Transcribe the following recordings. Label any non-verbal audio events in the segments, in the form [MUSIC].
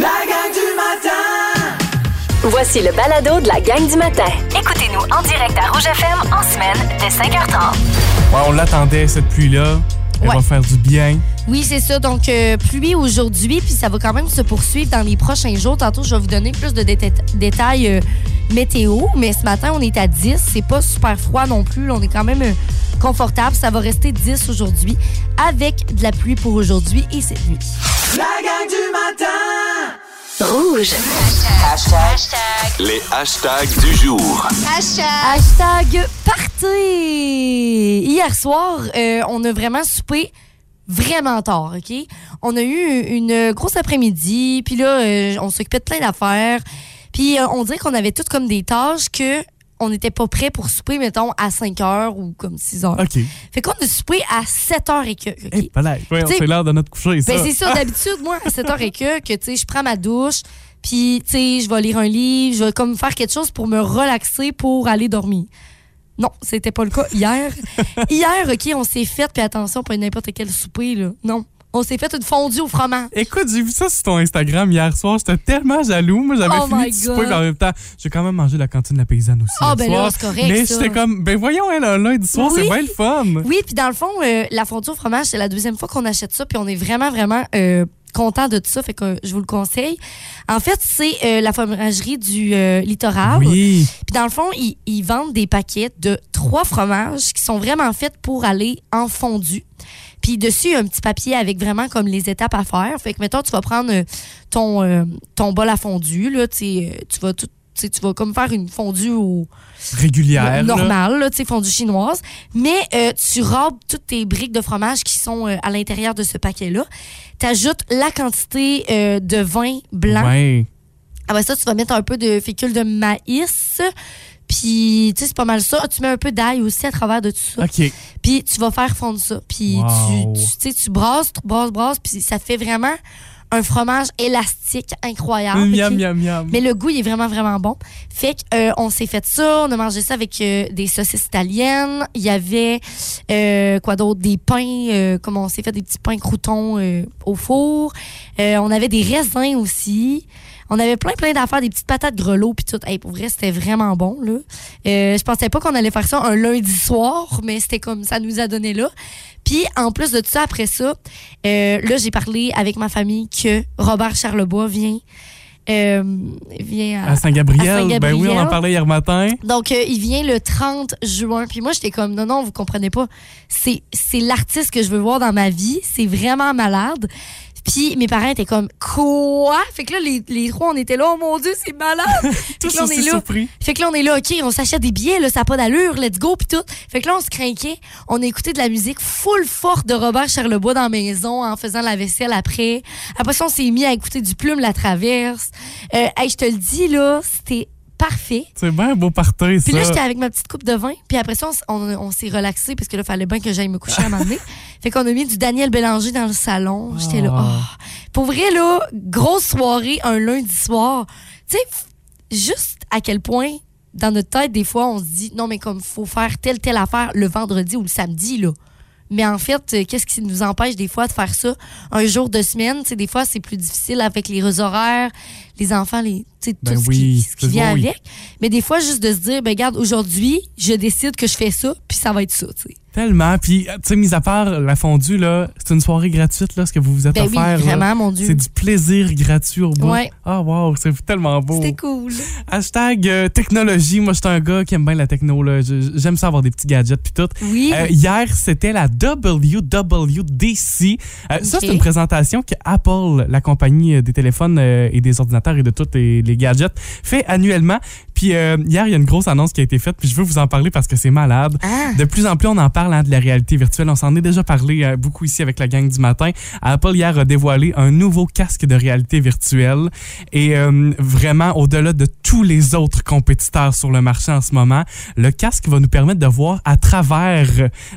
La gang du matin! Voici le balado de la gang du matin. Écoutez-nous en direct à Rouge FM en semaine de 5h30. Ouais, on l'attendait, cette pluie-là. Elle Ouais. va faire du bien. Oui, c'est ça. Donc, euh, pluie aujourd'hui, puis ça va quand même se poursuivre dans les prochains jours. Tantôt, je vais vous donner plus de déta- détails euh, météo, mais ce matin, on est à 10. C'est pas super froid non plus. On est quand même euh, confortable. Ça va rester 10 aujourd'hui, avec de la pluie pour aujourd'hui et cette nuit. La gang du matin! Rouge. Les hashtags du jour. Hashtag party! Hier soir, euh, on a vraiment soupé vraiment tard, OK? On a eu une grosse après-midi, puis là, euh, on s'occupait de plein d'affaires. Puis euh, on dirait qu'on avait toutes comme des tâches que on n'était pas prêt pour souper, mettons, à 5 heures ou comme 6 heures. OK. Fait qu'on a soupé à 7 heures et que, OK? Hey, palais. Ouais, T'sais- c'est l'heure de notre coucher, ça. Ben, c'est ça. D'habitude, moi, à 7 h et que, que, tu sais, je prends ma douche, puis, tu sais, je vais lire un livre, je vais comme faire quelque chose pour me relaxer pour aller dormir. Non, c'était pas le cas [LAUGHS] hier. hier, OK, on s'est fait, puis attention, pas n'importe quel souper, là. Non. On s'est fait une fondue au fromage. Écoute, j'ai vu ça sur ton Instagram hier soir. J'étais tellement jaloux. Moi, j'avais Oh fini my de God. souper, mais en même temps, j'ai quand même mangé la cantine de la paysanne aussi. Ah, hier ben là, soir. c'est correct, Mais ça. j'étais comme, ben voyons, elle, un lundi soir, Oui. c'est bien le fun. Oui, puis dans le fond, euh, la fondue au fromage, c'est la deuxième fois qu'on achète ça, puis on est vraiment, vraiment euh, content de ça, fait que euh, je vous le conseille. En fait, c'est euh, la fromagerie du euh, littoral. Oui. Puis dans le fond, ils, ils vendent des paquets de trois fromages qui sont vraiment faits pour aller en fondu. Puis dessus, il y a un petit papier avec vraiment comme les étapes à faire. Fait que, mettons, tu vas prendre euh, ton, euh, ton bol à fondu, là, tu sais, euh, tu vas tout. tu sais, tu vas comme faire une fondue au Régulière. là. normal, là, tu sais, fondue chinoise, mais euh, tu robes toutes tes briques de fromage qui sont euh, à l'intérieur de ce paquet-là. Tu ajoutes la quantité euh, de vin blanc Ouais. après ça, tu vas mettre un peu de fécule de maïs. Puis, tu sais, c'est pas mal ça. Ah, Tu mets un peu d'ail aussi à travers de tout ça. OK. Puis, tu vas faire fondre ça. Puis, Wow. tu, tu tu sais, tu brasses, tu brasses, brasses. Puis, ça fait vraiment un fromage élastique incroyable. Mm, miam, Ok? miam, miam. Mais le goût, il est vraiment, vraiment bon. Fait qu'on on s'est fait ça. On a mangé ça avec euh, des saucisses italiennes. Il y avait, euh, quoi d'autre, des pains, euh, comment on s'est fait des petits pains croutons euh, au four. Euh, on avait des raisins aussi. On avait plein, plein d'affaires, des petites patates grelots puis tout. Hey, pour vrai, c'était vraiment bon, là. Euh, je pensais pas qu'on allait faire ça un lundi soir, mais c'était comme ça nous a donné là. Puis, en plus de tout ça, après ça, euh, là, j'ai parlé avec ma famille que Robert Charlebois vient, euh, vient à- À Saint-Gabriel. à Saint-Gabriel. Ben oui, on en parlait hier matin. donc, euh, il vient le 30 juin. Puis moi, j'étais comme, non, non, vous comprenez pas. C'est c'est l'artiste que je veux voir dans ma vie. C'est vraiment malade. Puis mes parents étaient comme, quoi? Fait que là, les, les trois, on était là, oh mon Dieu, c'est malade! Fait Tous que là, on aussi est là. surpris. Fait que là, on est là, OK, on s'achète des billets, là, ça n'a pas d'allure, let's go, puis tout. Fait que là, on se craquait. On a écouté de la musique full forte de Robert Charlebois dans la maison en faisant la vaisselle après. Après ça, on s'est mis à écouter du plume la traverse. Euh, hey, je te le dis, là, c'était parfait. C'est bien un beau party, Puis là, j'étais ça. avec ma petite coupe de vin. Puis après ça, on s- on, on s'est relaxé parce que là, fallait bien que j'aille me coucher à un moment donné. Fait qu'on a mis du Daniel Bélanger dans le salon. J'étais là, oh. Pour vrai, là, grosse soirée un lundi soir. Tu sais, f- juste à quel point, dans notre tête, des fois, on se dit, non, mais comme, faut faire telle, telle affaire le vendredi ou le samedi, là. Mais en fait, euh, qu'est-ce qui nous empêche des fois de faire ça un jour de semaine? Tu sais, des fois, c'est plus difficile avec les horaires, les enfants, les, tu sais, tout Ben ce, oui, qui, ce qui c'est vient bon, oui. avec. Mais des fois, juste de se dire, ben regarde, aujourd'hui, je décide que je fais ça, puis ça va être ça, tu sais. Tellement. Puis, euh, tu sais, mis à part la fondue, là, c'est une soirée gratuite, là, ce que vous vous êtes Ben oui, offert. là. vraiment, mon C'est Dieu. du plaisir gratuit au bout. Ouais. Ah, wow, c'est tellement beau. C'était cool. Hashtag euh, technologie. Moi, j'étais un gars qui aime bien la techno. là. Je- J'aime ça avoir des petits gadgets puis tout. Oui. Euh, hier, c'était la WWDC. Euh, Ça, Ok. c'est une présentation que Apple, la compagnie euh, des téléphones euh, et des ordinateurs et de tous les, les gadgets, fait annuellement. Puis euh, hier, il y a une grosse annonce qui a été faite, puis je veux vous en parler parce que c'est malade. Ah. De plus en plus, on en parle hein, de la réalité virtuelle. On s'en est déjà parlé euh, beaucoup ici avec la gang du matin. Apple hier a dévoilé un nouveau casque de réalité virtuelle et euh, vraiment au-delà de tous les autres compétiteurs sur le marché en ce moment, le casque va nous permettre de voir à travers.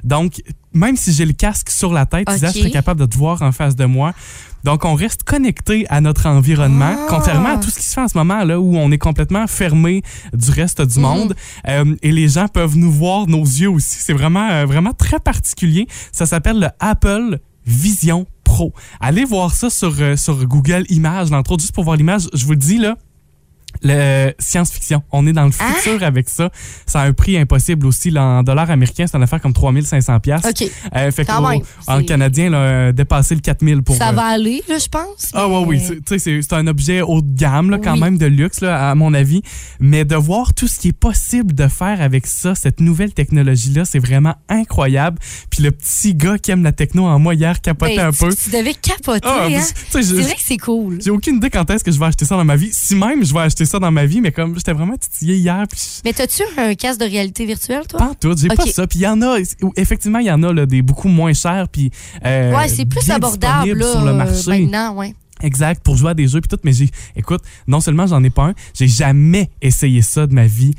Donc, même si j'ai le casque sur la tête, Ok. Isa, je serai capable de te voir en face de moi. Donc, on reste connecté à notre environnement, Ah. contrairement à tout ce qui se fait en ce moment, là, où on est complètement fermé du reste du Mhm. monde. Euh, et les gens peuvent nous voir, nos yeux aussi. C'est vraiment, euh, vraiment très particulier. Ça s'appelle le Apple Vision Pro. Allez voir ça sur, euh, sur Google Images, entre autres, juste pour voir l'image. Je vous le dis, là, le euh, science-fiction. On est dans le Ah! futur avec ça. Ça a un prix impossible aussi. là, en dollars américains, c'est une affaire comme 3500 pièces. OK. Euh, fait Quand qu'au- même, en c'est- canadien, là, euh, dépasser le 4000 pour... Ça euh, va aller, là, je pense. ah ouais, mais- oui, c'est- tu sais, c'est c'est un objet haut de gamme, là, quand Oui. même de luxe, là, à mon avis. Mais de voir tout ce qui est possible de faire avec ça, cette nouvelle technologie-là, c'est vraiment incroyable. Puis le petit gars qui aime la techno en moi hier capotait Ben, un peu. Tu, tu devais capoter, Ah, hein? tu sais, je- C'est vrai que c'est cool. J'ai aucune idée quand est-ce que je vais acheter ça dans ma vie. Si même je vais acheter ça dans ma vie, mais comme j'étais vraiment titillé hier, puis je- Mais t'as-tu un casque de réalité virtuelle, toi? pas en tout, j'ai pas Ok. ça. Puis il y en a, effectivement, il y en a là, des beaucoup moins chers, puis euh, ouais, c'est plus bien abordable, disponibles là, sur le euh, marché. maintenant, ouais. Exact, pour jouer à des jeux puis tout, mais j'ai, écoute, non seulement j'en ai pas un, j'ai jamais essayé ça de ma vie.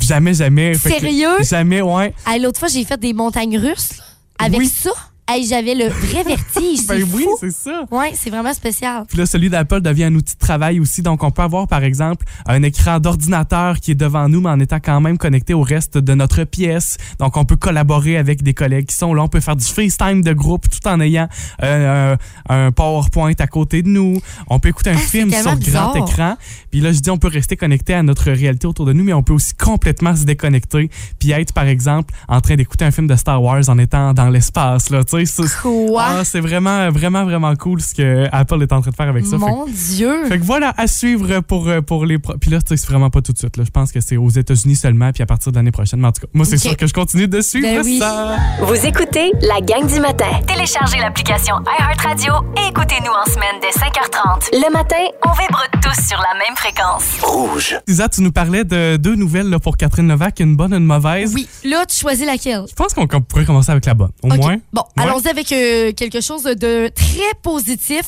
Jamais, jamais. Fait que- Sérieux? Jamais, ouais. Hey, L'autre fois, j'ai fait des montagnes russes, là, avec Oui. ça. Hey, J'avais le [LAUGHS] vrai vertige, Ben c'est oui, fou. c'est ça. Ouais, c'est vraiment spécial. Puis là, celui d'Apple devient un outil de travail aussi. Donc, on peut avoir, par exemple, un écran d'ordinateur qui est devant nous, mais en étant quand même connecté au reste de notre pièce. Donc, on peut collaborer avec des collègues qui sont là. On peut faire du FaceTime de groupe tout en ayant euh, un, un PowerPoint à côté de nous. On peut écouter un Ah, c'est film sur tellement grand bizarre. écran. Puis là, je dis, on peut rester connecté à notre réalité autour de nous, mais on peut aussi complètement se déconnecter. Puis être, par exemple, en train d'écouter un film de Star Wars en étant dans l'espace. Là, tu sais, ça, Quoi? ah, c'est vraiment, vraiment, vraiment cool ce que Apple est en train de faire avec ça. Fait, Mon Dieu! que- fait que voilà, à suivre pour, euh, pour les... pro- Puis là, tu sais, c'est vraiment pas tout de suite. là. Je pense que c'est aux États-Unis seulement, puis à partir de l'année prochaine. Mais en tout cas, moi, c'est Ok. sûr que je continue de suivre Ben oui. ça. Vous écoutez la gang du matin. Téléchargez l'application iHeartRadio et écoutez-nous en semaine dès 5h30. Le matin, On vibre tous sur la même fréquence. Rouge. Isa, tu nous parlais de deux nouvelles là, pour Catherine Novak, une bonne et une mauvaise. Oui, là, tu choisis laquelle? Je pense qu'on com- pourrait commencer avec la bonne, au OK. moins. Bon, Ouais. allons-y avec euh, quelque chose de très positif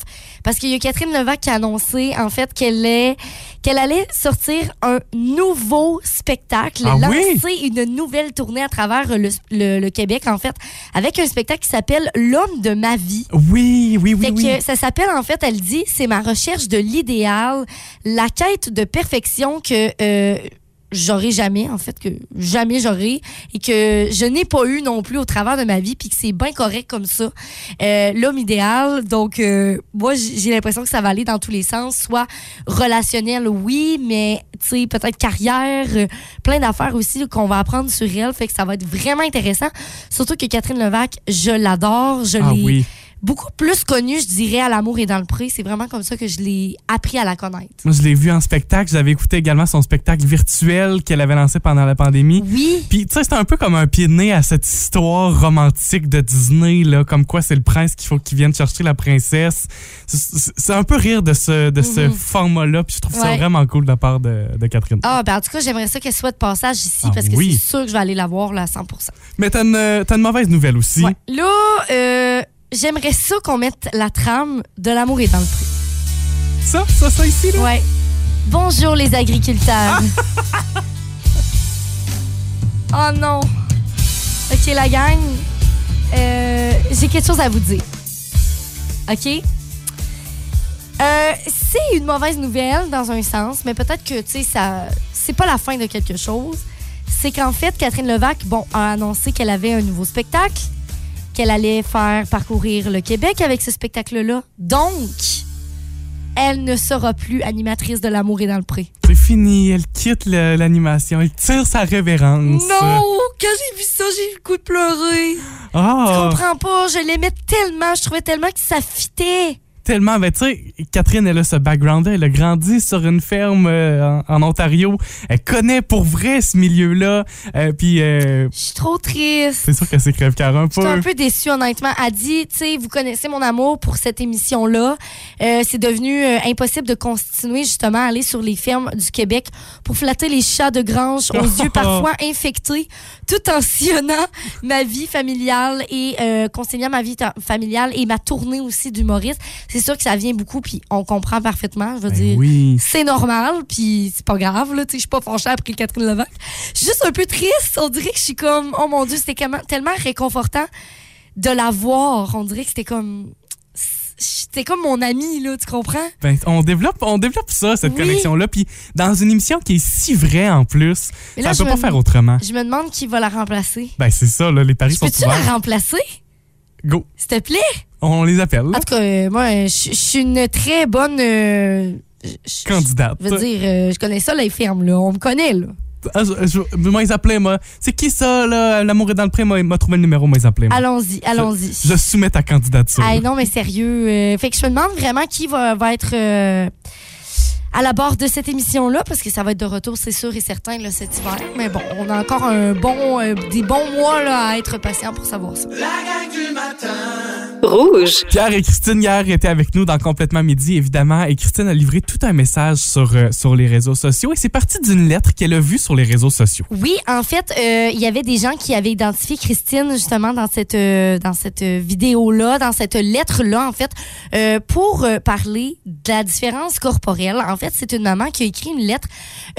parce qu'il y a Catherine Levac qui a annoncé en fait qu'elle est qu'elle allait sortir un nouveau spectacle, Ah lancer une nouvelle tournée à travers le, le- le Québec en fait avec un spectacle qui s'appelle L'homme de ma vie. Oui, oui, oui, Fait oui. que ça s'appelle en fait, elle dit, c'est ma recherche de l'idéal, la quête de perfection que euh, j'aurai jamais en fait que jamais j'aurai et que je n'ai pas eu non plus au travers de ma vie puis que c'est bien correct comme ça. Euh, L'homme idéal, donc euh, moi j- j'ai l'impression que ça va aller dans tous les sens, soit relationnel oui, mais tu sais peut-être carrière, euh, plein d'affaires aussi qu'on va apprendre sur elle, fait que ça va être vraiment intéressant, surtout que Catherine Levac, je l'adore, je Ah l'ai oui. beaucoup plus connue, je dirais, à l'amour et dans le pré. C'est vraiment comme ça que je l'ai appris à la connaître. Moi, je l'ai vue en spectacle. J'avais écouté également son spectacle virtuel qu'elle avait lancé pendant la pandémie. Oui. Puis, tu sais, c'est un peu comme un pied de nez à cette histoire romantique de Disney, là, comme quoi c'est le prince qu'il faut qu'il vienne chercher la princesse. C'est- C'est c'est un peu rire de ce, de ce Mhm. format-là, puis je trouve ça Ouais. vraiment cool de la part de, de Catherine. Ah, ben en tout cas, j'aimerais ça qu'elle soit de passage ici Ah parce que oui. c'est sûr que je vais aller la voir là, à 100 Mais t'as une, euh, t'as une mauvaise nouvelle aussi. Ouais. Là, euh, j'aimerais ça qu'on mette la trame de l'amour et dans le pré. Ça, ça, ça ici, là. Ouais. Bonjour les agriculteurs. oh non. OK, la gang. Euh, J'ai quelque chose à vous dire. OK? Euh, c'est une mauvaise nouvelle dans un sens, mais peut-être que, tu sais, ça, c'est pas la fin de quelque chose. C'est qu'en fait, Catherine Levac, bon, a annoncé qu'elle avait un nouveau spectacle, qu'elle allait faire parcourir le Québec avec ce spectacle-là. Donc, elle ne sera plus animatrice de l'amour et dans le pré. C'est fini, elle quitte le- l'animation, elle tire sa révérence. quand j'ai vu ça, j'ai eu le coup de pleurer. Je Ah, comprends pas, je l'aimais tellement, je trouvais tellement que ça fitait. tellement. Ben, tu sais, Catherine, elle a ce background-là. Elle a grandi sur une ferme euh, en, en Ontario. Elle connaît pour vrai ce milieu-là. Euh, puis, euh, Je suis trop triste. C'est sûr que c'est crève-cœur un Je peu. suis un peu déçue, honnêtement. Elle dit, tu sais, vous connaissez mon amour pour cette émission-là. Euh, c'est devenu euh, impossible de continuer, justement, à aller sur les fermes du Québec pour flatter les chats de grange aux [LAUGHS] yeux parfois infectés, tout en sillonnant ma vie familiale et euh, conciliant ma vie ta- familiale et ma tournée aussi d'humoriste. C'est sûr que ça vient beaucoup, puis on comprend parfaitement, je veux Ben dire. oui. C'est normal, puis c'est pas grave, là. Tu sais, je suis pas fâchée après Catherine Levac. Je suis juste un peu triste. On dirait que je suis comme, oh mon Dieu, c'était tellement, tellement réconfortant de la voir. On dirait que c'était comme. C'était comme mon ami, là, tu comprends? Ben, on développe, on développe ça, cette Oui. connexion-là. Puis dans une émission qui est si vraie en plus, Mais ça là, peut je pas me- faire autrement. Je me demande qui va la remplacer. Ben c'est ça, là, les paris Je sont peux-tu la ouverts. remplacer? Go. S'il te plaît? On les appelle. En tout cas, euh, moi, je je suis une très bonne. euh, je- je- Candidate. Je veux dire, euh, je connais ça, les fermes, là. On me connaît, là. Ah, je- je- moi, ils appelaient, moi. C'est qui ça, là? L'amour est dans le pré, moi, il m'a trouvé le numéro, moi, ils appelaient. moi. Allons-y, allons-y. Je soumets ta candidature. Ah non, mais sérieux. euh, fait que je me demande vraiment qui va, va être euh, à la barre de cette émission-là, parce que ça va être de retour, c'est sûr et certain, là, cet hiver. Mais bon, on a encore un bon, euh, des bons mois là, à être patient pour savoir ça. La gang du matin. Rouge. Pierre et Christine hier étaient avec nous dans Complètement Midi, évidemment, et Christine a livré tout un message sur, euh, sur les réseaux sociaux et c'est parti d'une lettre qu'elle a vue sur les réseaux sociaux. Oui, en fait, euh, il y avait des gens qui avaient identifié Christine justement dans cette euh, dans cette euh, vidéo-là, dans cette lettre-là, en fait, euh, pour euh, parler de la différence corporelle. En fait, c'est une maman qui a écrit une lettre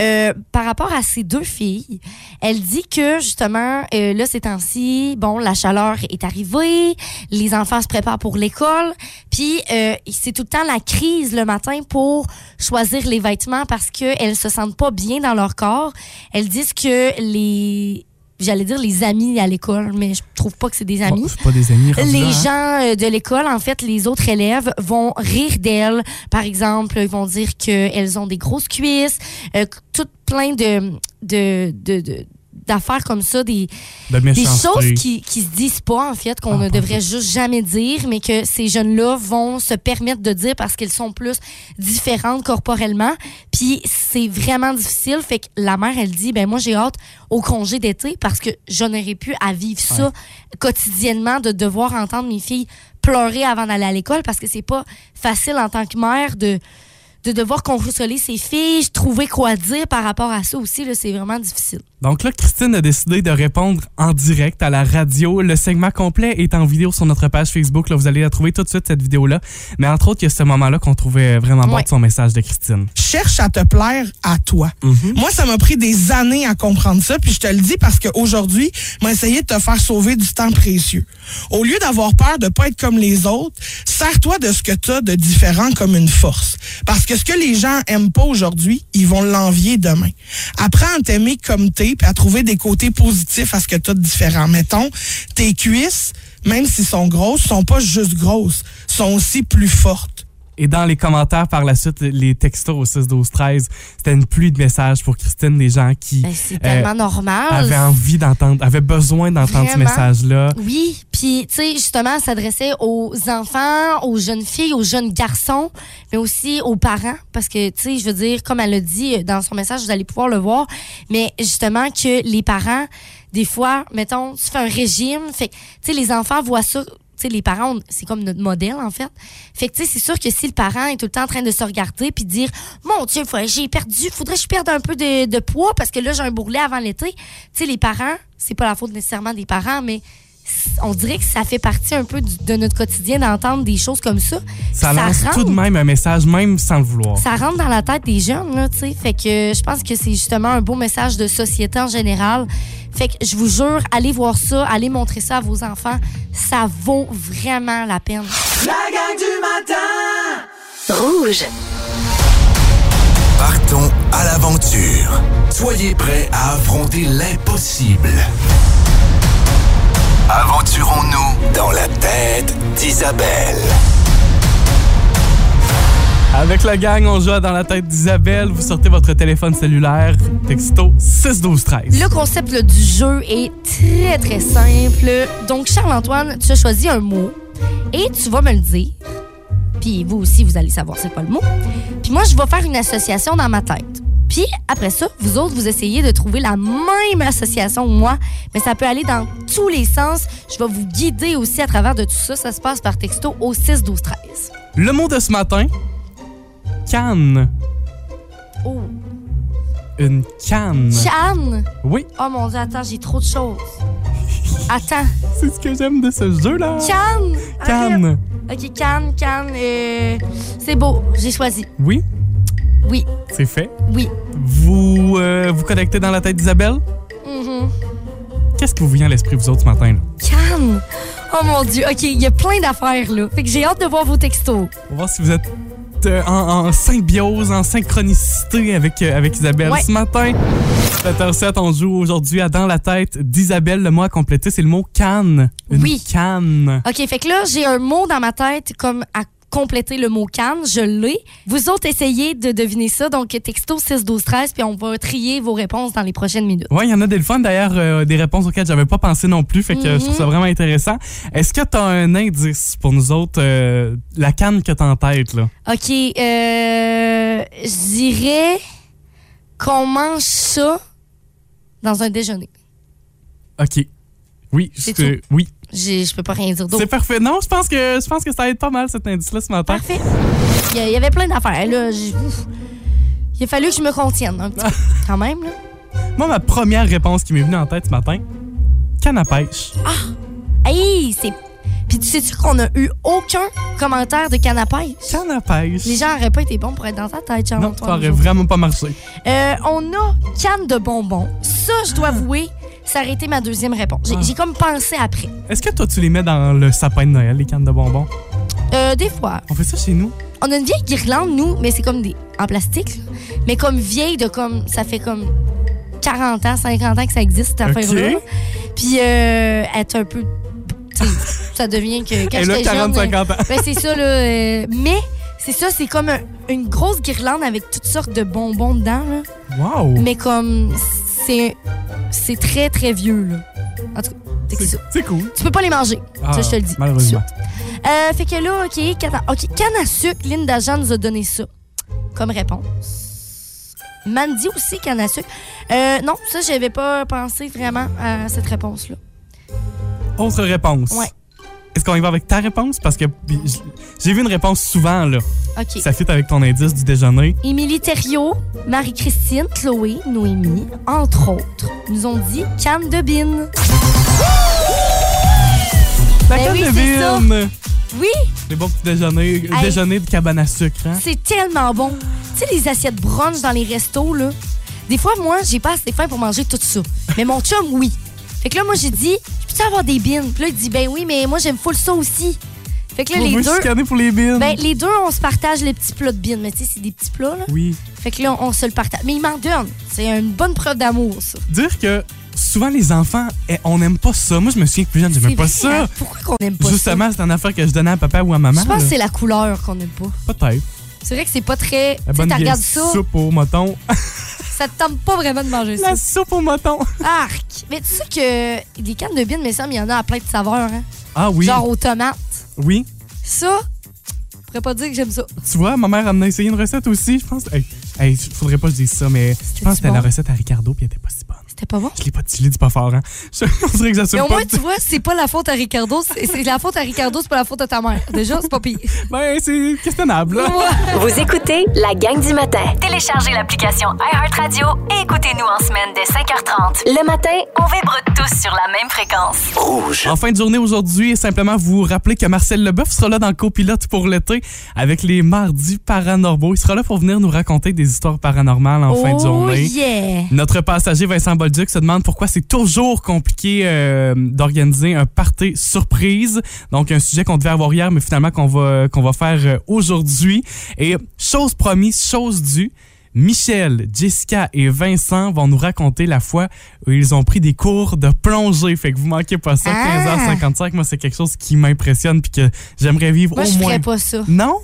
euh, par rapport à ses deux filles. Elle dit que justement, euh, là, ces temps-ci, bon, la chaleur est arrivée, les enfants se préparent pour l'école, puis euh, c'est tout le temps la crise le matin pour choisir les vêtements parce qu'elles se sentent pas bien dans leur corps. Elles disent que les, j'allais dire les amis à l'école, mais je trouve pas que c'est des amis. Bon, c'est pas des amis. rendu là, Les hein? gens euh, de l'école, en fait, les autres élèves vont rire d'elles. Par exemple, ils vont dire qu'elles ont des grosses cuisses, euh, que- tout plein de, de, de, de- d'affaires comme ça, des, De des méchanceté. choses qui, qui se disent pas, en fait, qu'on Ah, ne pas devrait juste jamais dire, mais que ces jeunes-là vont se permettre de dire parce qu'elles sont plus différentes corporellement. Puis c'est vraiment difficile. Fait que la mère, elle dit, ben moi, j'ai hâte au congé d'été parce que je n'aurais pu à vivre ça quotidiennement, de devoir entendre mes filles pleurer avant d'aller à l'école parce que c'est pas facile en tant que mère de de devoir consoler ses filles, trouver quoi dire par rapport à ça aussi, là, c'est vraiment difficile. Donc là, Christine a décidé de répondre en direct à la radio. Le segment complet est en vidéo sur notre page Facebook. Là, vous allez la trouver tout de suite, cette vidéo-là. Mais entre autres, il y a ce moment-là qu'on trouvait vraiment bon Ouais. de son message de Christine. cherche à te plaire à toi. Moi, ça m'a pris des années à comprendre ça, puis je te le dis parce qu'aujourd'hui, m'a essayé de te faire sauver du temps précieux. Au lieu d'avoir peur de pas être comme les autres, sers-toi de ce que tu as de différent comme une force. Parce que ce que les gens aiment pas aujourd'hui, ils vont l'envier demain. Apprends à t'aimer comme t'es, puis à trouver des côtés positifs à ce que tu as de différent. Mettons, tes cuisses, même s'ils sont grosses, sont pas juste grosses, sont aussi plus fortes. Et dans les commentaires par la suite, les textos au 6, 12, 13, c'était une pluie de messages pour Christine, des gens qui Ben, c'est euh, tellement normal. avaient envie d'entendre, avaient besoin d'entendre ce Vraiment. message-là. Oui, puis tu sais justement s'adresser aux enfants, aux jeunes filles, aux jeunes garçons, mais aussi aux parents parce que tu sais je veux dire comme elle le dit euh, dans son message, vous allez pouvoir le voir, mais justement que les parents des fois, mettons, tu fais un régime, fait que, tu sais les enfants voient ça tu sais, les parents, on- c'est comme notre modèle, en fait. Fait que, tu sais, c'est sûr que si le parent est tout le temps en train de se regarder puis de dire Mon Dieu, faut- j'ai perdu, faudrait que je perde un peu de, de poids parce que là, j'ai un bourrelet avant l'été. Tu sais, les parents, c'est pas la faute nécessairement des parents, mais on dirait que ça fait partie un peu du- de notre quotidien d'entendre des choses comme ça. Ça Puis lance rentre, tout de même un message, même sans le vouloir. Ça rentre dans la tête des jeunes, là, tu sais. Fait que je pense que c'est justement un beau message de société en général. Fait que je vous jure, allez voir ça, allez montrer ça à vos enfants. Ça vaut vraiment la peine. La gang du matin. Rouge. Partons à l'aventure. Soyez prêts à affronter l'impossible. Aventurons-nous dans la tête d'Isabelle. Avec la gang, on joue à dans la tête d'Isabelle. Vous sortez votre téléphone cellulaire, texto 6, 12, 13. Le concept là, du jeu est très, très simple. Donc, Charles-Antoine, tu as choisi un mot et tu vas me le dire. Puis vous aussi, vous allez savoir c'est quoi le mot. Puis moi, je vais faire une association dans ma tête. Puis après ça, vous autres, vous essayez de trouver la même association que moi, mais ça peut aller dans tous les sens. Je vais vous guider aussi à travers de tout ça. Ça se passe par texto au 6 12 13. Le mot de ce matin, canne. Oh, Une canne. Chan! Oui, Oh mon dieu, attends, j'ai trop de choses. Attends, c'est ce que j'aime de ce jeu-là. Chan! Canne. Ok, Cannes, Cannes, euh, c'est beau, j'ai choisi. Oui, Oui, c'est fait. oui. Vous euh, vous connectez dans la tête d'Isabelle? Mhm. Qu'est-ce qui vous vient à l'esprit, vous autres, ce matin? Là? Cannes! Oh mon Dieu, ok, il y a plein d'affaires là. Fait que j'ai hâte de voir vos textos. On va voir si vous êtes euh, en, en symbiose, en synchronicité avec, euh, avec Isabelle Ouais. ce matin. 7h07, on joue aujourd'hui à Dans la tête d'Isabelle. Le mot à compléter, c'est le mot canne. Une Oui. canne. OK, fait que là, j'ai un mot dans ma tête comme à compléter le mot canne. Je l'ai. Vous autres, essayez de deviner ça. Donc, texto 6 12 13 puis on va trier vos réponses dans les prochaines minutes. Ouais, il y en a des le fun d'ailleurs, euh, des réponses auxquelles j'avais pas pensé non plus, fait que euh, je Mhm. trouve ça vraiment intéressant. Est-ce que t'as un indice pour nous autres, euh, la canne que t'as en tête là OK, euh, je dirais qu'on mange ça dans un déjeuner. Ok. Oui, je C'est te- oui. J'ai- Je peux pas rien dire d'autre. C'est parfait. Non, je pense que je pense que ça aide pas mal cet indice-là ce matin. Parfait. Il y a- il y avait plein d'affaires. Là, J'ai- ouf. il a fallu que je me contienne un petit peu. Quand même, là. Moi, ma première réponse qui m'est venue en tête ce matin, canne à pêche. Hey, c'est. Puis tu sais-tu qu'on a eu aucun commentaire de canne à pêche? Canne à pêche. Les gens auraient pas été bons pour être dans ta tête, non, Charles-Antoine. ça aurait vraiment pas marché. Euh, on a canne de bonbons. Ça, je dois avouer, ça aurait été ma deuxième réponse. J'ai- Ah. J'ai comme pensé après. Est-ce que toi tu les mets dans le sapin de Noël les cannes de bonbons Euh, des fois, On fait ça chez nous on a une vieille guirlande, nous, mais c'est comme des. en plastique, là. mais comme vieille de comme. ça fait comme 40 ans, 50 ans que ça existe, cette Ok. affaire-là. là. Puis, euh, elle est un peu. tu sais, ça devient que. Quand Elle a j'étais jeune, 40-50 ans. Ben, c'est ça, là. euh, mais, c'est ça, c'est comme un- une grosse guirlande avec toutes sortes de bonbons dedans, là. Wow. euh, Mais comme, c'est. C'est très, très vieux, là. En tout cas, c'est C'est- ça. C'est cool. Tu peux pas les manger. Ah, ça, je te le dis. Malheureusement. Euh, fait que là, OK, canne à, OK, canne à sucre, Linda Jean nous a donné ça comme réponse. Mandy aussi, canne à sucre. Euh, non, ça, j'avais pas pensé vraiment à cette réponse-là. Autre réponse. Ouais. Est-ce qu'on y va avec ta réponse Parce que j- j'ai vu une réponse souvent, là. OK. Ça fit avec ton indice du déjeuner. Émilie Thériault, Marie-Christine, Chloé, Noémie, entre autres, nous ont dit canne de bine. La Ben canne oui, de c'est ça. bine. Oui, Les bons petits déjeuners, Hey. déjeuners de cabane à sucre, hein? c'est tellement bon. Tu sais, les assiettes brunch dans les restos, là. Des fois, moi, j'ai pas assez faim pour manger tout ça. Mais mon chum, oui. Fait que là, moi, j'ai dit, je peux-tu avoir des bines? Puis là, il dit, ben oui, mais moi, j'aime full ça aussi. Fait que là, On les veut se deux, scanner pour les bines. ben, les deux, on se partage les petits plats de bines. Mais tu sais, c'est des petits plats, là. Oui. Fait que là, on, on se le partage. Mais il m'en donne. C'est une bonne preuve d'amour, ça. Dire que souvent les enfants, eh, on n'aime pas ça. Moi, je me souviens que plus jeune, C'est j'aimais pas vrai, ça. hein? Pourquoi qu'on aime pas ça? Justement, c'est une affaire que je donnais à papa ou à maman. Je pense que là. c'est la couleur qu'on aime pas. Peut-être. C'est vrai que c'est pas très. La Tu sais, bonne t'as vieille regardé ça, soupe au moton. ça te tente pas vraiment de manger [LAUGHS] ça. la soupe au moton. Arc! Mais tu sais que des cannes de bine, mais ça, il y en a à plein de saveurs, hein? Ah oui. Genre aux tomates. Oui. Ça, je pourrais pas dire que j'aime ça. Tu vois, ma mère en a essayé une recette aussi. Je pense. Hey, hey, faudrait pas que je dise ça, mais je pense que c'était bon? la recette à Ricardo, puis elle était pas si bonne. C'était pas bon? Je l'ai pas, je l'ai dit pas fort, hein. [LAUGHS] Je, on dirait que j'assume Mais au pas. moins, tu vois, c'est pas la faute à Ricardo, c'est c'est la faute à Ricardo, c'est pas la faute à ta mère. Déjà, c'est pas pire. Ben, c'est questionnable, là. Vous écoutez la gang du matin. Téléchargez l'application iHeartRadio et écoutez-nous en semaine dès 5h30. Le matin, On vibre tous sur la même fréquence. En fin de journée aujourd'hui, simplement vous rappeler que Marcel Leboeuf sera là dans Copilote pour l'été avec les mardis paranormaux. Il sera là pour venir nous raconter des histoires paranormales en fin de oh journée. yeah! Notre passager Vincent Bolduc se demande pourquoi c'est toujours compliqué euh, d'organiser un party surprise. Donc un sujet qu'on devait avoir hier, mais finalement qu'on va qu'on va faire euh, aujourd'hui. Et chose promise, chose due. Michel, Jessica et Vincent vont nous raconter la fois où ils ont pris des cours de plongée. Fait que vous manquez pas ça. Ah! 15h55, moi c'est quelque chose qui m'impressionne puis que j'aimerais vivre Moi, au je moins. ferais pas ça. Non?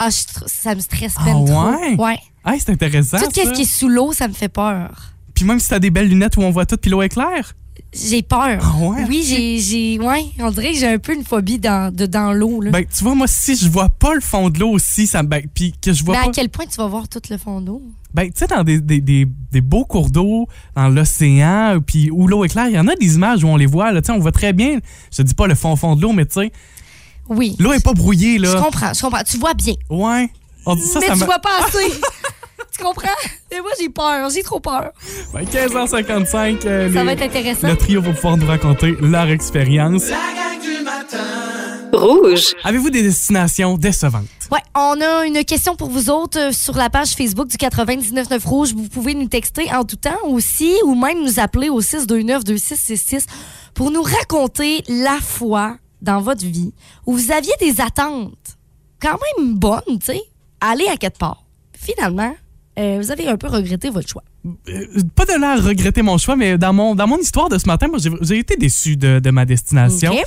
Ah, je tr- ça me stresse Ah ben ouais? trop. Ouais. Ah, c'est intéressant. Tout ça. ce qui est sous l'eau, ça me fait peur. Puis même si t'as des belles lunettes où on voit tout puis l'eau est claire. J'ai peur. Ah ouais? Oui, j'ai, j'ai. Ouais, on dirait que j'ai un peu une phobie dans, de, dans l'eau. Là. Ben, tu vois, moi, si je vois pas le fond de l'eau aussi, ça me. Ben, puis que je vois Mais à pas. quel point tu vas voir tout le fond d'eau? Ben, tu sais, dans des, des, des, des beaux cours d'eau, dans l'océan, puis où l'eau est claire, il y en a des images où on les voit, là. Tu sais, on voit très bien. Je te dis pas le fond fond de l'eau, mais tu sais, Oui. l'eau est pas brouillée, Je là. comprends, je comprends. Tu vois bien. Ouais. On dit ça, mais ça tu me. [LAUGHS] vois pas assez. tu comprends? Mais moi, j'ai peur. J'ai trop peur. Ben, 15h55. euh, Ça les- va être intéressant. Le trio va pouvoir nous raconter leur expérience. La gang du matin. rouge. Avez-vous des destinations décevantes? Ouais, on a une question pour vous autres euh, sur la page Facebook du 99.9 Rouge. Vous pouvez nous texter en tout temps aussi ou même nous appeler au 629-2666 pour nous raconter la fois dans votre vie où vous aviez des attentes quand même bonnes, tu sais, aller à quelque part. Finalement, euh, vous avez un peu regretté votre choix. Euh, pas de là à regretter mon choix, mais dans mon, dans mon histoire de ce matin, moi, j'ai- j'ai été déçu de, de ma destination. Ok.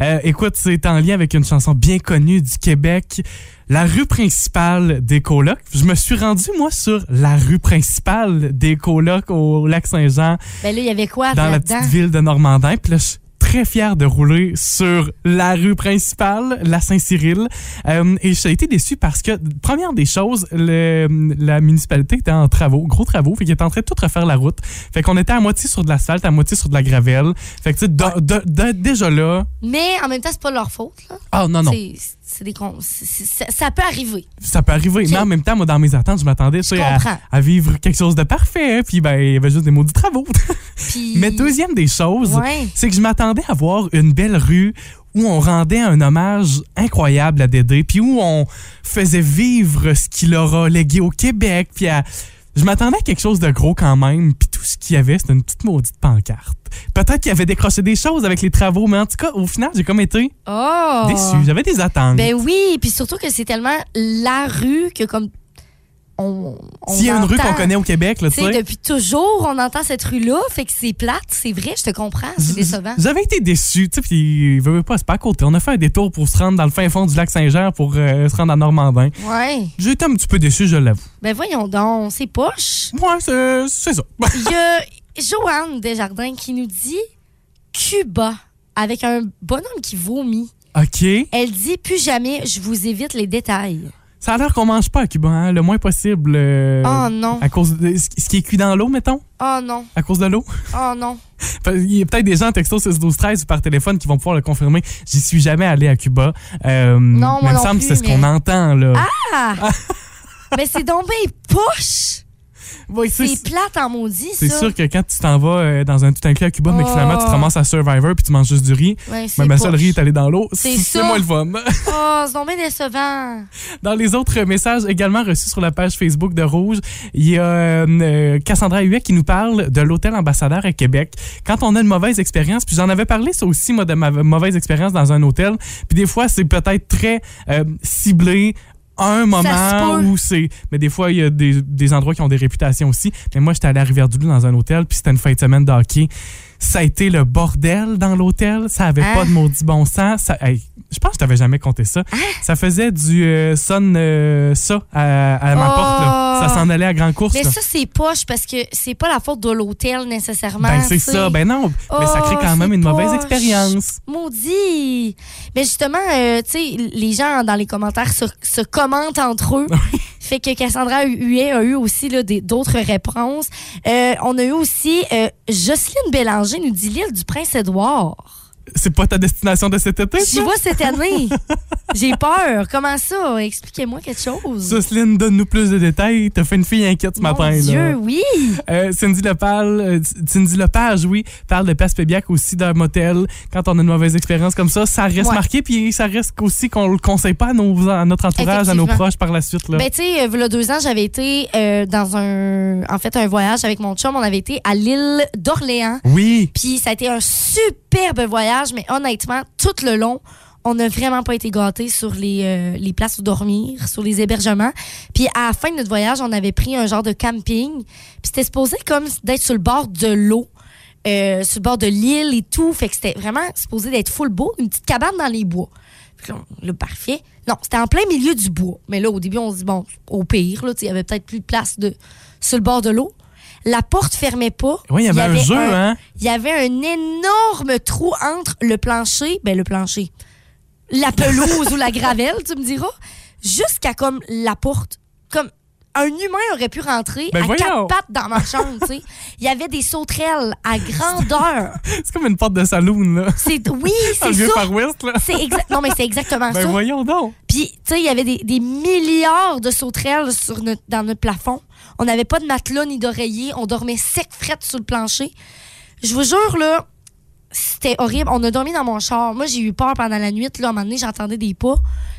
Euh, écoute, c'est en lien avec une chanson bien connue du Québec, la rue principale des colocs. Je me suis rendu, moi, sur la rue principale des colocs au lac Saint-Jean, Ben là, il y avait quoi dans la là-dedans? petite ville de Normandin. Puis là, je suis très fier de rouler sur la rue principale, la Saint-Cyril. Euh, et j'ai été déçu parce que, première des choses, le- la municipalité était en travaux, gros travaux, fait qu'ils étaient en train de tout refaire la route. Fait qu'on était à moitié sur de l'asphalte, à moitié sur de la gravelle. Fait que, tu sais, de- de- de- déjà là... Mais en même temps, c'est pas leur faute. Là. Ah non, non. C'est- C'est des cons. c'est- c'est- ça, ça peut arriver. ça peut arriver. Ok. Mais en même temps, moi, dans mes attentes, je m'attendais tu sais, à, comprends. à vivre quelque chose de parfait. Puis, ben, il y avait juste des maudits travaux. Puis. Mais deuxième des choses, Ouais. c'est que je m'attendais à voir une belle rue où on rendait un hommage incroyable à Dédé, puis où on faisait vivre ce qu'il aura légué au Québec, puis à- Je m'attendais à quelque chose de gros quand même, puis tout ce qu'il y avait, c'était une petite maudite pancarte. Peut-être qu'il avait décroché des choses avec les travaux, mais en tout cas, au final, j'ai comme été Oh! déçu. hein. J'avais des attentes. Ben oui, puis surtout que c'est tellement la rue que comme. On, on S'il y a une rue entend- qu'on connaît au Québec, là, tu Tu sais, sais... depuis toujours, on entend cette rue-là, fait que c'est plate, c'est vrai, je te comprends, c'est décevant. J'avais été déçu, tu sais, puis veux, veux pas, c'est pas à côté. On a fait un détour pour se rendre dans le fin fond du lac Saint-Jean pour euh, se rendre à Normandin. Ouais. J'ai été un petit peu déçu, je l'avoue. Ben voyons donc, c'est poche. Ouais, c'est c'est ça. [LAUGHS] Il y a [LAUGHS] Joanne Desjardins qui nous dit Cuba avec un bonhomme qui vomit. OK. Elle dit plus jamais, je vous évite les détails. Ça a l'air qu'on mange pas à Cuba, hein, le moins possible. euh, Oh non, À cause de ce qui- ce qui est cuit dans l'eau, mettons, oh non, à cause de l'eau. [LAUGHS] oh non. Il y a peut-être des gens texto 6 12 13 ou par téléphone qui vont pouvoir le confirmer. J'y suis jamais allé à Cuba. Euh, Non, moi mais il me non semble que plus, c'est ce qu'on mais- entend là. Ah! Mais c'est donc bien poche! Ouais, c'est- C'est plate en maudit, ça. c'est sûr que quand tu t'en vas euh, dans un tout inclus à Cuba, mais que finalement tu te Oh. ramasses à Survivor puis tu manges juste du riz, Ouais, c'est Mais ma seule poche. riz est allée dans l'eau. C'est C'est ça. moins le fun. [LAUGHS] Oh, c'est donc bien décevant. Dans les autres messages également reçus sur la page Facebook de Rouge, il y a euh, euh, Cassandra Huet qui nous parle de l'hôtel ambassadeur à Québec. Quand on a une mauvaise expérience, puis j'en avais parlé ça aussi, moi, de ma mauvaise expérience dans un hôtel, puis des fois, c'est peut-être très euh, ciblé un moment se peut. où c'est... Mais des fois, il y a des, des endroits qui ont des réputations aussi. Mais moi, j'étais allé à Rivière-du-Loup dans un hôtel, puis c'était une fin de semaine de hockey. Ça a été le bordel dans l'hôtel. Ça avait Ah. pas de maudit bon sens. Ça- hey, je pense que je t'avais jamais compté ça. Ça faisait du euh, sonne euh, ça à, à ma Oh. porte. là. Ça s'en allait à grand course. Mais là. ça, c'est poche parce que c'est pas la faute de l'hôtel nécessairement. ben, c'est tu sais. ça. Ben non. mais ça crée Oh, quand même c'est une mauvaise poche. expérience. Maudit! Mais justement, euh, tu sais, les gens dans les commentaires se, se commentent [LAUGHS] entre eux. fait que Cassandra Huet a eu aussi là, des- d'autres réponses. Euh, on a eu aussi euh, Jocelyne Bélanger nous dit l'île du Prince-Édouard. C'est pas ta destination de cet été, J'y ça? vois [LAUGHS] cette année. J'ai peur. Comment ça? Expliquez-moi quelque chose. Jocelyne, donne-nous plus de détails. T'as fait une fille inquiète ce Mon matin. là. Dieu, oui! Euh, Cindy Lepage, euh, Cindy Lepage, oui, parle de Passe-Pébiac aussi d'un motel. Quand on a une mauvaise expérience comme ça, ça reste Ouais. marqué, puis ça reste aussi qu'on le conseille pas à, nos- à notre entourage, à nos Effectivement. proches par la suite. Là. Ben, tu sais, il y a deux ans, j'avais été euh, dans un. En fait, un voyage avec mon chum. On avait été à l'île d'Orléans. oui. Puis ça a été un superbe voyage, mais honnêtement, tout le long, on n'a vraiment pas été gâtés sur les, euh, les places où dormir, sur les hébergements. Puis à la fin de notre voyage, on avait pris un genre de camping. Puis c'était supposé comme d'être sur le bord de l'eau. euh, sur le bord de l'île et tout. Fait que c'était vraiment supposé d'être full beau, une petite cabane dans les bois. Fait que là, on- là, parfait. Non, c'était en plein milieu du bois. Mais là, au début, on se dit, bon, au pire, là, tu sais, il y avait peut-être plus de place de, sur le bord de l'eau. La porte fermait pas. Oui, il y avait un jeu, hein? Il y avait un énorme trou entre le plancher, ben le plancher, la pelouse ou la gravelle, tu me diras, jusqu'à comme la porte. Comme un humain aurait pu rentrer Ben à voyons. quatre pattes dans ma chambre, tu sais. Il y avait des sauterelles [LAUGHS] à grandeur. C'est comme une porte de saloon, là. C'est oui, Un c'est vieux ça. Far West, là. C'est exact. Non mais c'est exactement Ben ça. voyons donc. Puis, tu sais, il y avait des, des milliards de sauterelles sur notre- dans notre plafond. On n'avait pas de matelas ni d'oreiller. On dormait sec frette sur le plancher. Je vous jure, là, c'était horrible. On a dormi dans mon char. Moi, j'ai eu peur pendant la nuit. Là, à un moment donné, j'entendais des pas.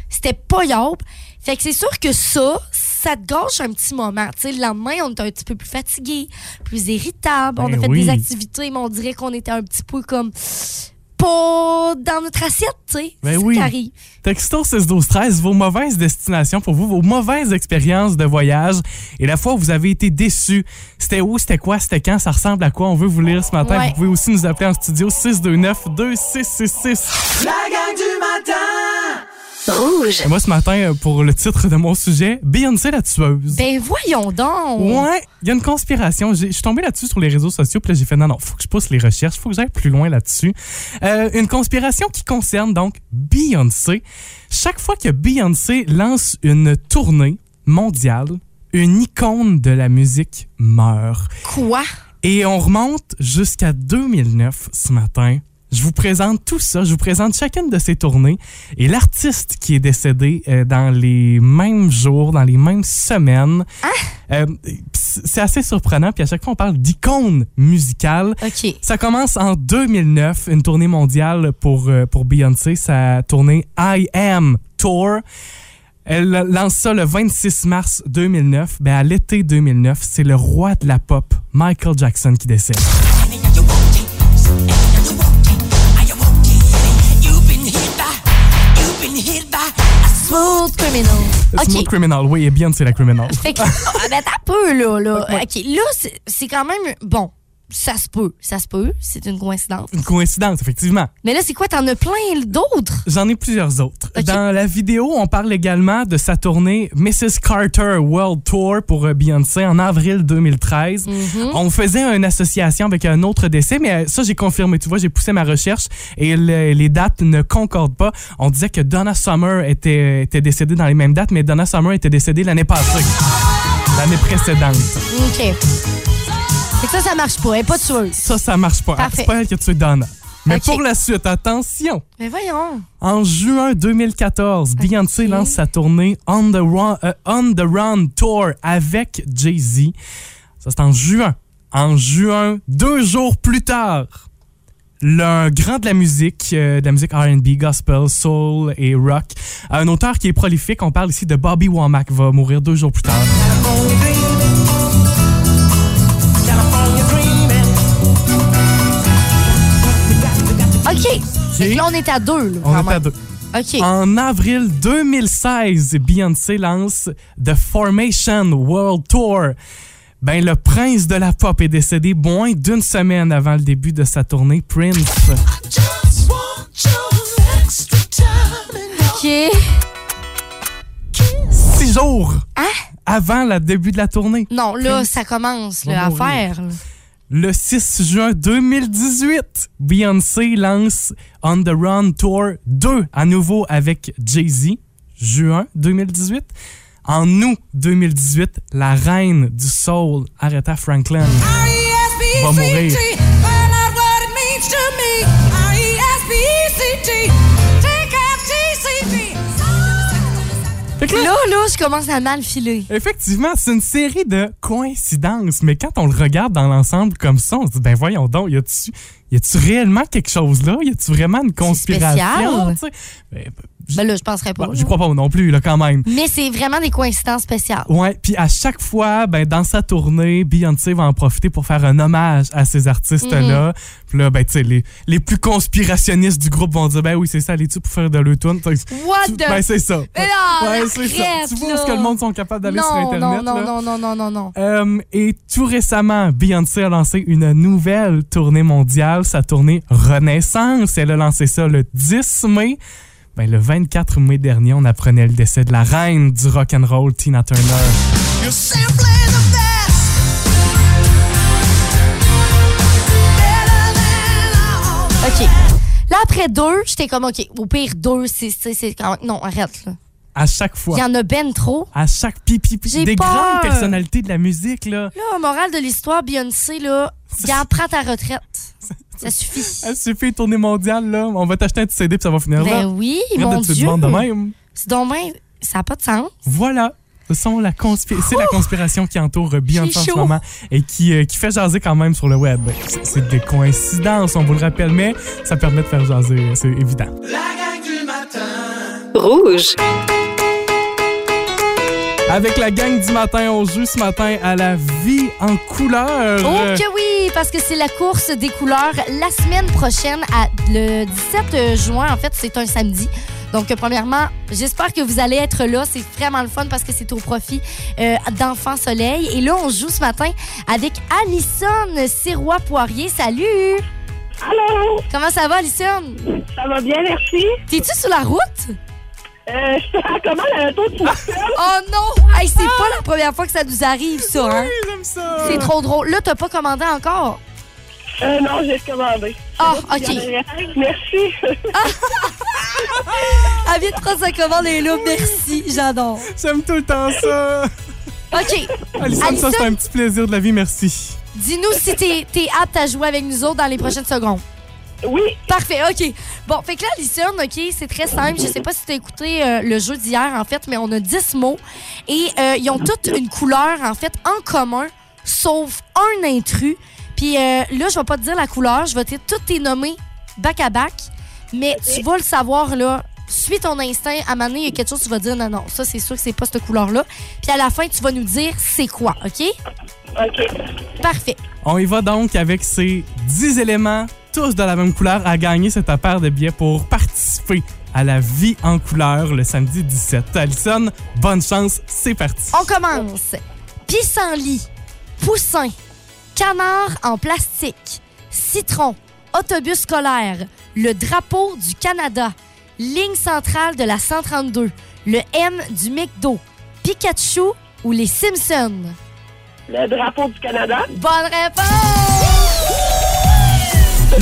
C'était pas yob. Fait que c'est sûr que ça, ça te gâche un petit moment. Tu sais, le lendemain, on était un petit peu plus fatigué, plus irritable. on Ben a fait oui. des activités, mais on dirait qu'on était un petit peu comme pas dans notre assiette, tu sais. Ben c'est oui. ça qui arrive. Texto 6 12 13 vos mauvaises destinations pour vous, vos mauvaises expériences de voyage et la fois où vous avez été déçu. C'était où, c'était quoi, c'était quand, ça ressemble à quoi, on veut vous lire ce matin. Ouais. Vous pouvez aussi nous appeler en studio 629 2666. La gang du matin Rouge. Et moi ce matin euh, pour le titre de mon sujet, Beyoncé la tueuse. Ben voyons donc. Ouais, il y a une conspiration. J'ai- Je suis tombé là-dessus sur les réseaux sociaux, puis là, j'ai fait non, non, faut que je pousse les recherches, faut que j'aille plus loin là-dessus. Euh, une conspiration qui concerne donc Beyoncé. Chaque fois que Beyoncé lance une tournée mondiale, une icône de la musique meurt. Quoi? Et on remonte jusqu'à 2009 ce matin. Je vous présente tout ça, je vous présente chacune de ces tournées et l'artiste qui est décédé euh, dans les mêmes jours, dans les mêmes semaines. Euh, c- c'est assez surprenant, puis à chaque fois on parle d'icônes musicales. OK. Ça commence en 2009, une tournée mondiale pour, euh, pour Beyoncé, sa tournée I Am Tour. Elle lance ça le 26 mars 2009. Ben, à l'été 2009, c'est le roi de la pop, Michael Jackson, qui décède. Smooth criminal. Smooth OK. Criminal, oui, et Beyoncé la criminal. Fait que, [LAUGHS] ah, ben, t'as peu, là. là. OK. Là, c'est- c'est quand même. Bon, ça se peut. Ça se peut. C'est [LAUGHS] une coïncidence. Une coïncidence, effectivement. Mais là, c'est quoi? T'en as plein d'autres? J'en ai plusieurs autres. Ok. Dans la vidéo, on parle également de sa tournée Mrs. Carter World Tour pour euh, Beyoncé en avril 2013. Mhm. On faisait une association avec un autre décès, mais euh, ça, j'ai confirmé. Tu vois, j'ai poussé ma recherche et le- les dates ne concordent pas. On disait que Donna Summer était, était décédée dans les mêmes dates, mais Donna Summer était décédée l'année passée, l'année précédente. OK. Fait que ça, ça marche pas. Elle est pas tueuse. Ça, ça marche pas. Ah, Parfait. C'est pas elle qui a tué Donna. Mais Ok. pour la suite, attention! Mais Ben, voyons. En juin 2014, Beyoncé lance sa tournée On the Run, euh, On the Run Tour avec Jay-Z. Ça, c'est en juin. En juin, deux jours plus tard, le grand de la musique, euh, de la musique R&B, gospel, soul et rock, un auteur qui est prolifique, on parle ici de Bobby Womack, va mourir deux jours plus tard. OK. Fait que là, on est à deux, là. On quand est à même. deux. OK. En avril 2016, Beyoncé lance The Formation World Tour. Ben, le prince de la pop est décédé moins d'une semaine avant le début de sa tournée Prince. OK. Six jours Hein? avant le début de la tournée. Non, là, ça commence, là, à Bon, bon, oui. faire. là. Le 6 juin 2018, Beyoncé lance On the Run Tour 2 à nouveau avec Jay-Z, juin 2018. En août 2018, la reine du soul, Aretha Franklin. Va mourir. Fait que là, Là, là, je commence à mal filer. Effectivement, c'est une série de coïncidences, mais quand on le regarde dans l'ensemble comme ça, on se dit ben voyons donc, y a-tu y a-tu réellement quelque chose là Y a-tu vraiment une conspiration spécial. tu sais? Ben, j- Ben là, je penserais pas. bon, là. J'y crois pas non plus là quand même. Mais c'est vraiment des coïncidences spéciales. Ouais, puis à chaque fois, ben dans sa tournée, Beyoncé va en profiter pour faire un hommage à ces artistes Mhm. là. Puis là ben tu sais les, les plus conspirationnistes du groupe vont dire ben oui, c'est ça, les tu pour faire de l'automne. What the... Ben c'est ça. Mais non, ouais, c'est ça. arrête, Tu vois là. où ce que le monde sont capables d'aller sur non, internet non, non, là? non, non, non, non, non. Euh, et tout récemment, Beyoncé a lancé une nouvelle tournée mondiale, sa tournée Renaissance. Elle a lancé ça le 10 mai. Ben, le 24 mai dernier, on apprenait le décès de la reine du rock and roll, Tina Turner. OK. Là, après deux, j'étais comme, OK, au pire, deux, c'est- c'est c'est quand même... Non, arrête, là. À chaque Il y fois, en a ben trop. à chaque pipi, J'ai des peur. grandes personnalités de la musique là. Là, morale de l'histoire, [LAUGHS] Beyoncé, là, garde, prends ta retraite. Ça suffit. Elle suffit tournée mondiale là, on va t'acheter un petit CD puis ça va finir Ben là. oui, Arrête mon de tuer du Dieu. monde de même. C'est donc bien- ça n'a pas de sens. Voilà. Ce sont la conspi- c'est la conspiration qui entoure Beyoncé en ce J'ai chaud. moment et qui, euh, qui fait jaser quand même sur le web. C'est- C'est des coïncidences, on vous le rappelle, mais ça permet de faire jaser, c'est évident. La gang du matin Rouge. Avec la gang du matin, on joue ce matin à la vie en couleur. Oh que oui, parce que c'est la course des couleurs la semaine prochaine, à le 17 juin. En fait, c'est un samedi. Donc, euh, premièrement, j'espère que vous allez être là. C'est vraiment le fun parce que c'est au profit euh, d'Enfants Soleil. Et là, on joue ce matin avec Alison Sirois-Poirier. Salut! Allô? Comment ça va, Alison? Ça va bien, merci. T'es-tu sur la route? Euh, je te recommande un auto de pousseur. Oh non! Hey, c'est pas la première fois que ça nous arrive, ça, hein? j'aime ça. C'est trop drôle. Là, t'as pas commandé encore? Mm. Euh, non, j'ai commandé. Ah, Il OK. y en a rien. Merci. À vite prendre sa commande et là, merci. J'adore. J'aime tout le temps ça. OK. Alison, ça, Alison? c'est un petit plaisir de la vie, merci. Dis-nous si t'es t'es apte à jouer avec nous autres dans les prochaines secondes. Oui, Parfait, OK. Bon, fait que là, Alison, OK, c'est très simple. Je sais pas si t'as écouté euh, le jeu d'hier, en fait, mais on a 10 mots et euh, ils ont toutes une couleur, en fait, en commun, sauf un intrus. Puis euh, là, je vais pas te dire la couleur, je vais te toutes les nommer bac à bac, mais tu vas le savoir, là. Suis ton instinct. À un moment donné, il y a quelque chose, tu vas dire non, non, ça, c'est sûr que c'est pas cette couleur-là. Puis à la fin, tu vas nous dire c'est quoi, OK? OK. Parfait. On y va donc avec ces 10 éléments, tous de la même couleur, à gagner cette paire de billets pour participer à la vie en couleur le samedi 17. Alison, bonne chance, c'est parti. On commence. Pissenlit, poussin, canard en plastique, citron, autobus scolaire, le drapeau du Canada, ligne centrale de la 132, le M du McDo, Pikachu ou les Simpsons. Le drapeau du Canada. Bonne réponse!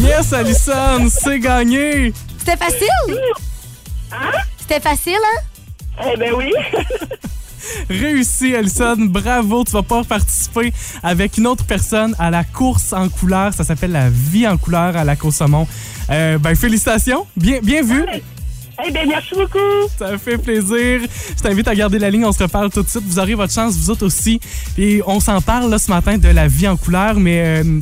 Yes, Alison, c'est gagné. C'était facile? C'était facile, hein? Eh ben oui. Réussi, Alison. Bravo. Tu vas pouvoir participer avec une autre personne à la course en couleur. Ça s'appelle la vie en couleur à la Côte Saumon. Euh, ben, félicitations. Bien, bien vu. Eh ben merci beaucoup. Ça fait plaisir. Je t'invite à garder la ligne. On se reparle tout de suite. Vous aurez votre chance, vous autres aussi. Et on s'en parle là, ce matin de la vie en couleur, mais. euh,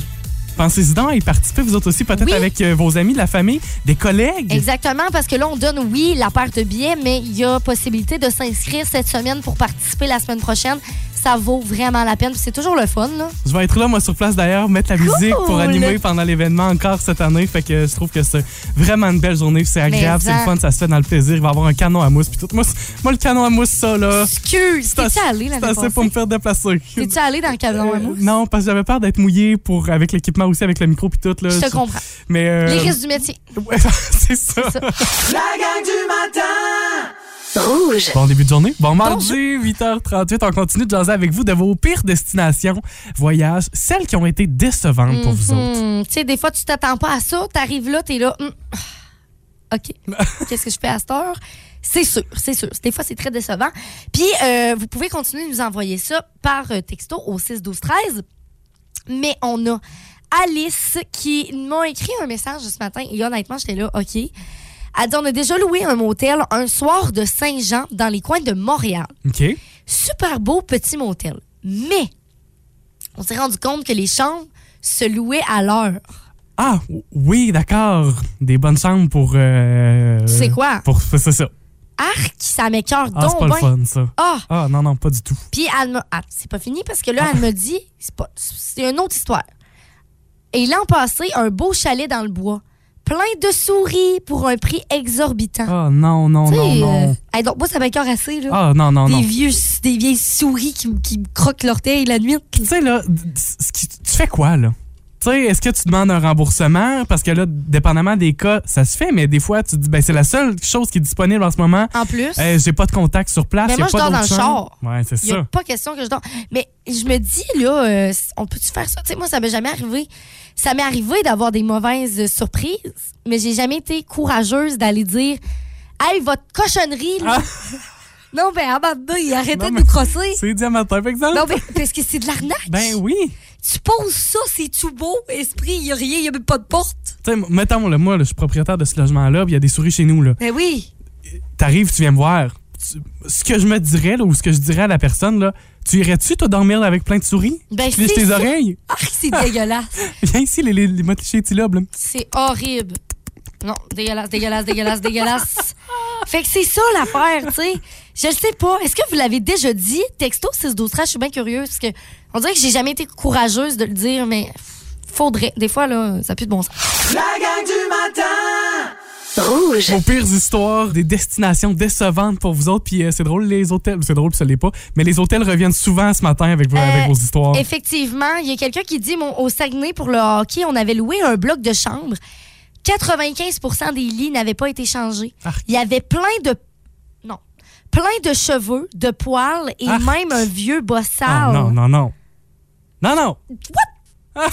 Pensez-y donc et participez vous autres aussi, peut-être Oui. avec euh, vos amis, de la famille, des collègues. Exactement, parce que là, on donne, oui, la paire de billets, mais il y a possibilité de s'inscrire cette semaine pour participer la semaine prochaine. Ça vaut vraiment la peine. puis C'est toujours le fun, là. Je vais être là, moi, sur place d'ailleurs, mettre la musique pour Cool! animer pendant l'événement encore cette année. Fait que je trouve que c'est vraiment une belle journée. C'est agréable, Mais c'est le en- fun, ça se fait dans le plaisir. Il va y avoir un canon à mousse. Puis tout. Moi, c'est- moi, le canon à mousse, ça, là, Excuse, assez- t'es-tu allé c'est l'année assez pour passée? me faire déplacer. T'es-tu allé dans le canon à mousse? Non, parce que j'avais peur d'être mouillé pour, avec l'équipement aussi, avec le micro puis tout. Là, Je te comprends. Mais. euh, Les risques du métier. [LAUGHS] ouais, c'est ça. ça. La gang du matin! Rouge. Bon début de journée. Bon mardi, 8h38. On continue de jaser avec vous de vos pires destinations, voyages, celles qui ont été décevantes pour vous autres. Hmm, tu sais, des fois, tu t'attends pas à ça. T'arrives là, t'es là. hmm, ah, OK. Qu'est-ce que je fais à cette heure? C'est sûr, c'est sûr. Des fois, c'est très décevant. Puis, euh, vous pouvez continuer de nous envoyer ça par euh, texto au 6 12 13 Mais on a Alice qui m'a écrit un message ce matin et honnêtement, j'étais là, OK. Elle dit, on a déjà loué un motel un soir de Saint-Jean dans les coins de Montréal. OK? super beau petit motel. Mais on s'est rendu compte que les chambres se louaient à l'heure. Ah, oui, d'accord. Des bonnes chambres pour. euh, Tu sais quoi? Pour, c'est ça. Arc, ça m'écœure Ah, c'est donc pas le bien. fun, ça. Ah! Ah, non, non, pas du tout. Puis elle me... Ah, c'est pas fini parce que là, elle me dit... C'est, pas... c'est une autre histoire. Et l'an passé, un beau chalet dans le bois. Plein de souris pour un prix exorbitant. Ah, non, non, Tu non, sais, euh, non. hey, donc, moi, ça m'écœure assez, là. Ah, non, non, des, non. vieux, des vieilles souris qui, me- qui me croquent l'orteil la nuit. Tu sais, là, d- ce qui- tu fais quoi, là? Tu sais, est-ce que tu demandes un remboursement? Parce que là, dépendamment des cas, ça se fait, mais des fois, tu te dis, ben, c'est la seule chose qui est disponible en ce moment. En plus... Eh, J'ai pas de contact sur place. Mais y a moi, je pas dors dans d'autre le chambre. Ouais, c'est Il n'y a ça. pas question que je dors. Mais je me dis, là, euh, on peut-tu faire ça? Tu sais, moi, ça m'est jamais arrivé. Ça m'est arrivé d'avoir des mauvaises euh, surprises, mais j'ai jamais été courageuse d'aller dire Hey, votre cochonnerie, là. [LAUGHS] Non, ben, abandonne, arrêtez Ah. Non, de mais- nous crosser. C'est diamantin, par exemple? Non, ben, parce que c'est de l'arnaque. Ben oui. Tu poses ça, c'est tout beau, esprit, il n'y a rien, il n'y a même pas de porte. Tu sais, m- mettons, là, moi, là, je suis propriétaire de ce logement-là, puis il y a des souris chez nous, là. Ben oui. t'arrives, tu viens me voir. Tu- ce que je me dirais, là, ou ce que je dirais à la personne, là, tu irais-tu, toi, dormir là, avec plein de souris? Ben, Tu liches c'est tes ça. oreilles? [LAUGHS] Ah, c'est dégueulasse. Viens ici, les, les, les motifs étilobles, là. C'est horrible. Non, dégueulasse, dégueulasse, dégueulasse, dégueulasse. Fait que c'est ça l'affaire, tu sais. Je le sais pas. Est-ce que vous l'avez déjà dit? Texto 612 13, je suis bien curieuse parce que on dirait que j'ai jamais été courageuse de le dire, mais faudrait. Des fois, là, ça pue de bon sens. La gang du matin! Rouge. Aux pires histoires, des destinations décevantes pour vous autres. Puis euh, c'est drôle, les hôtels. C'est drôle, puis ça l'est pas. Mais les hôtels reviennent souvent ce matin avec, vos- avec Euh, vos histoires. Effectivement, il y a quelqu'un qui dit mon, au Saguenay pour le hockey, on avait loué un bloc de chambre. 95 des lits n'avaient pas été changés. Arc. Il y avait plein de non, plein de cheveux, de poils et Arc. même un vieux Ah, bossard. non, non, non. Non, non. Qu'est-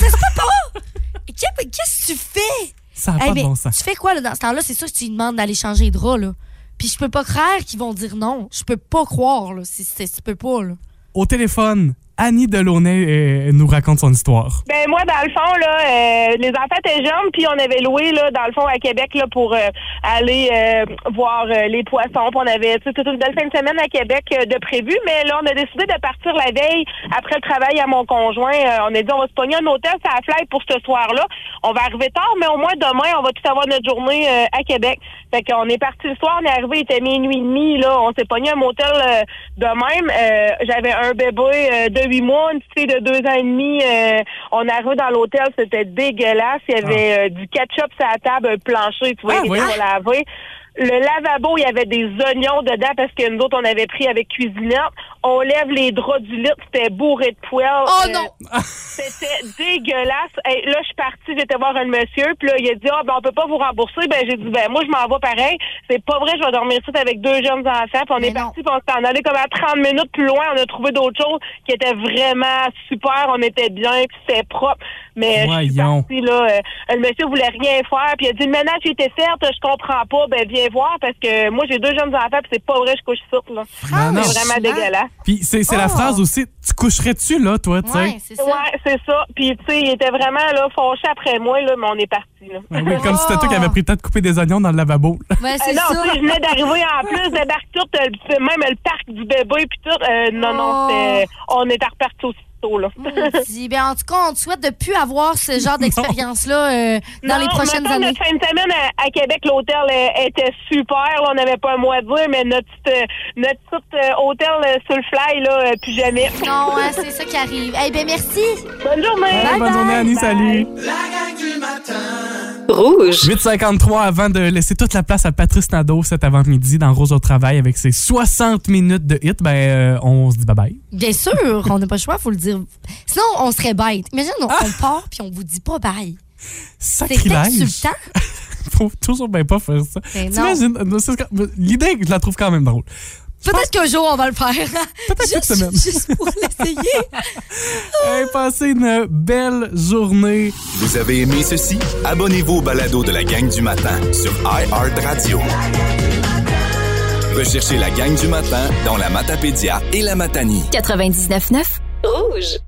Qu'est-ce que tu fais Ça n'a Hey, pas de mais bon sens. Eh Tu fais quoi là, dans ce temps-là C'est sûr que tu lui demandes d'aller changer les draps là. Puis je peux pas croire qu'ils vont dire non. Je peux pas croire là. Si si- tu peux pas là. Au téléphone, Annie Delaunay euh, nous raconte son histoire. Ben moi, dans le fond, là, euh, les enfants étaient jeunes, puis on avait loué, là, dans le fond, à Québec, là, pour euh, aller euh, voir euh, les poissons. Puis on avait tu sais, toute une belle fin de semaine à Québec euh, de prévu, mais là, on a décidé de partir la veille après le travail à mon conjoint. Euh, on a dit, on va se pogner un hôtel, ça la fly pour ce soir-là. On va arriver tard, mais au moins demain, on va tout avoir notre journée euh, à Québec. Fait qu'on est parti le soir, on est arrivé, il était minuit et demi, là. On s'est pogné un motel euh, de même. Euh, J'avais un bébé euh, de huit mois, une petite fille de deux ans et demi. euh, on est arrivé dans l'hôtel, c'était dégueulasse. Il y avait euh, du ketchup sur la table, un plancher, tu vois, Ah, qui oui. était pas lavé. Le lavabo, il y avait des oignons dedans parce que nous autres, on avait pris avec cuisinette. On lève les draps du lit, c'était bourré de poêle. Oh Euh, non. c'était dégueulasse. Hey, là, je suis partie, j'étais voir un monsieur, puis là, il a dit, ah, ben, on peut pas vous rembourser. Ben, j'ai dit, ben, moi, je m'en vais pareil. C'est pas vrai, je vais dormir ici avec deux jeunes enfants, puis on Mais est non. parti, puis on s'en allait comme à 30 minutes plus loin. On a trouvé d'autres choses qui étaient vraiment super. On était bien, puis c'était propre. Mais euh, je suis Voyons. partie, là. euh, le monsieur voulait rien faire, puis il a dit, le ménage était certes, je comprends pas. Ben, viens voir, parce que moi, j'ai deux jeunes enfants, puis c'est pas vrai, je couche sur, là. Non, non. C'est vraiment Franchement. dégueulasse. Puis c'est c'est la Oh. phrase aussi, tu coucherais-tu là, toi, tu sais? Ouais, c'est ça. Ouais, c'est ça. Puis, tu sais, il était vraiment là, fâché après moi, là, mais on est parti. là. Ben oui, comme si c'était toi qui avais pris le temps de couper des oignons dans le lavabo. [LAUGHS] Ouais, Euh, c'est non, ça. tu sais, je venais d'arriver en plus, débarque tout, euh, le- même le parc du bébé, puis tout. Euh, non, Oh. non, c'était- on est reparti aussitôt, là. Maudit. Ben, en tout cas, on te souhaite de plus avoir ce [LAUGHS] genre d'expérience-là euh, dans Non, les prochaines mettons, années. Notre fin de semaine à, à Québec, l'hôtel euh, était super. là, on n'avait pas un mot à dire, mais notre petit, euh, notre petit, euh, hôtel euh, sur le fly, là, euh, plus jamais. Non, hein, c'est ça qui arrive. Eh ben merci. Bonne journée! Bonne journée, Annie, salut! La gang du matin! Rouge. 8h53 avant de laisser toute la place à Patrice Nadeau cet avant-midi dans Rose au travail avec ses 60 minutes de hit, ben euh, on se dit bye-bye. Bien sûr, on n'a pas le choix, faut le dire. Sinon, on serait bête. Imagine, on, Ah! on part puis on vous dit pas bye. C'est Sacrilège! exultant. Faut toujours bien pas faire ça. Ben non. T'imagines? euh, c'est quand- L'idée, je la trouve quand même drôle. Peut-être qu'un jour, on va le faire. Peut-être cette Juste- semaine. Juste pour l'essayer. Ah! Hey, passez une belle journée. Vous avez aimé ceci? Abonnez-vous au balado de la gang du matin sur iHeartRadio. Recherchez la gang du matin dans la Matapédia et la Matanie. 99.9. Rouge.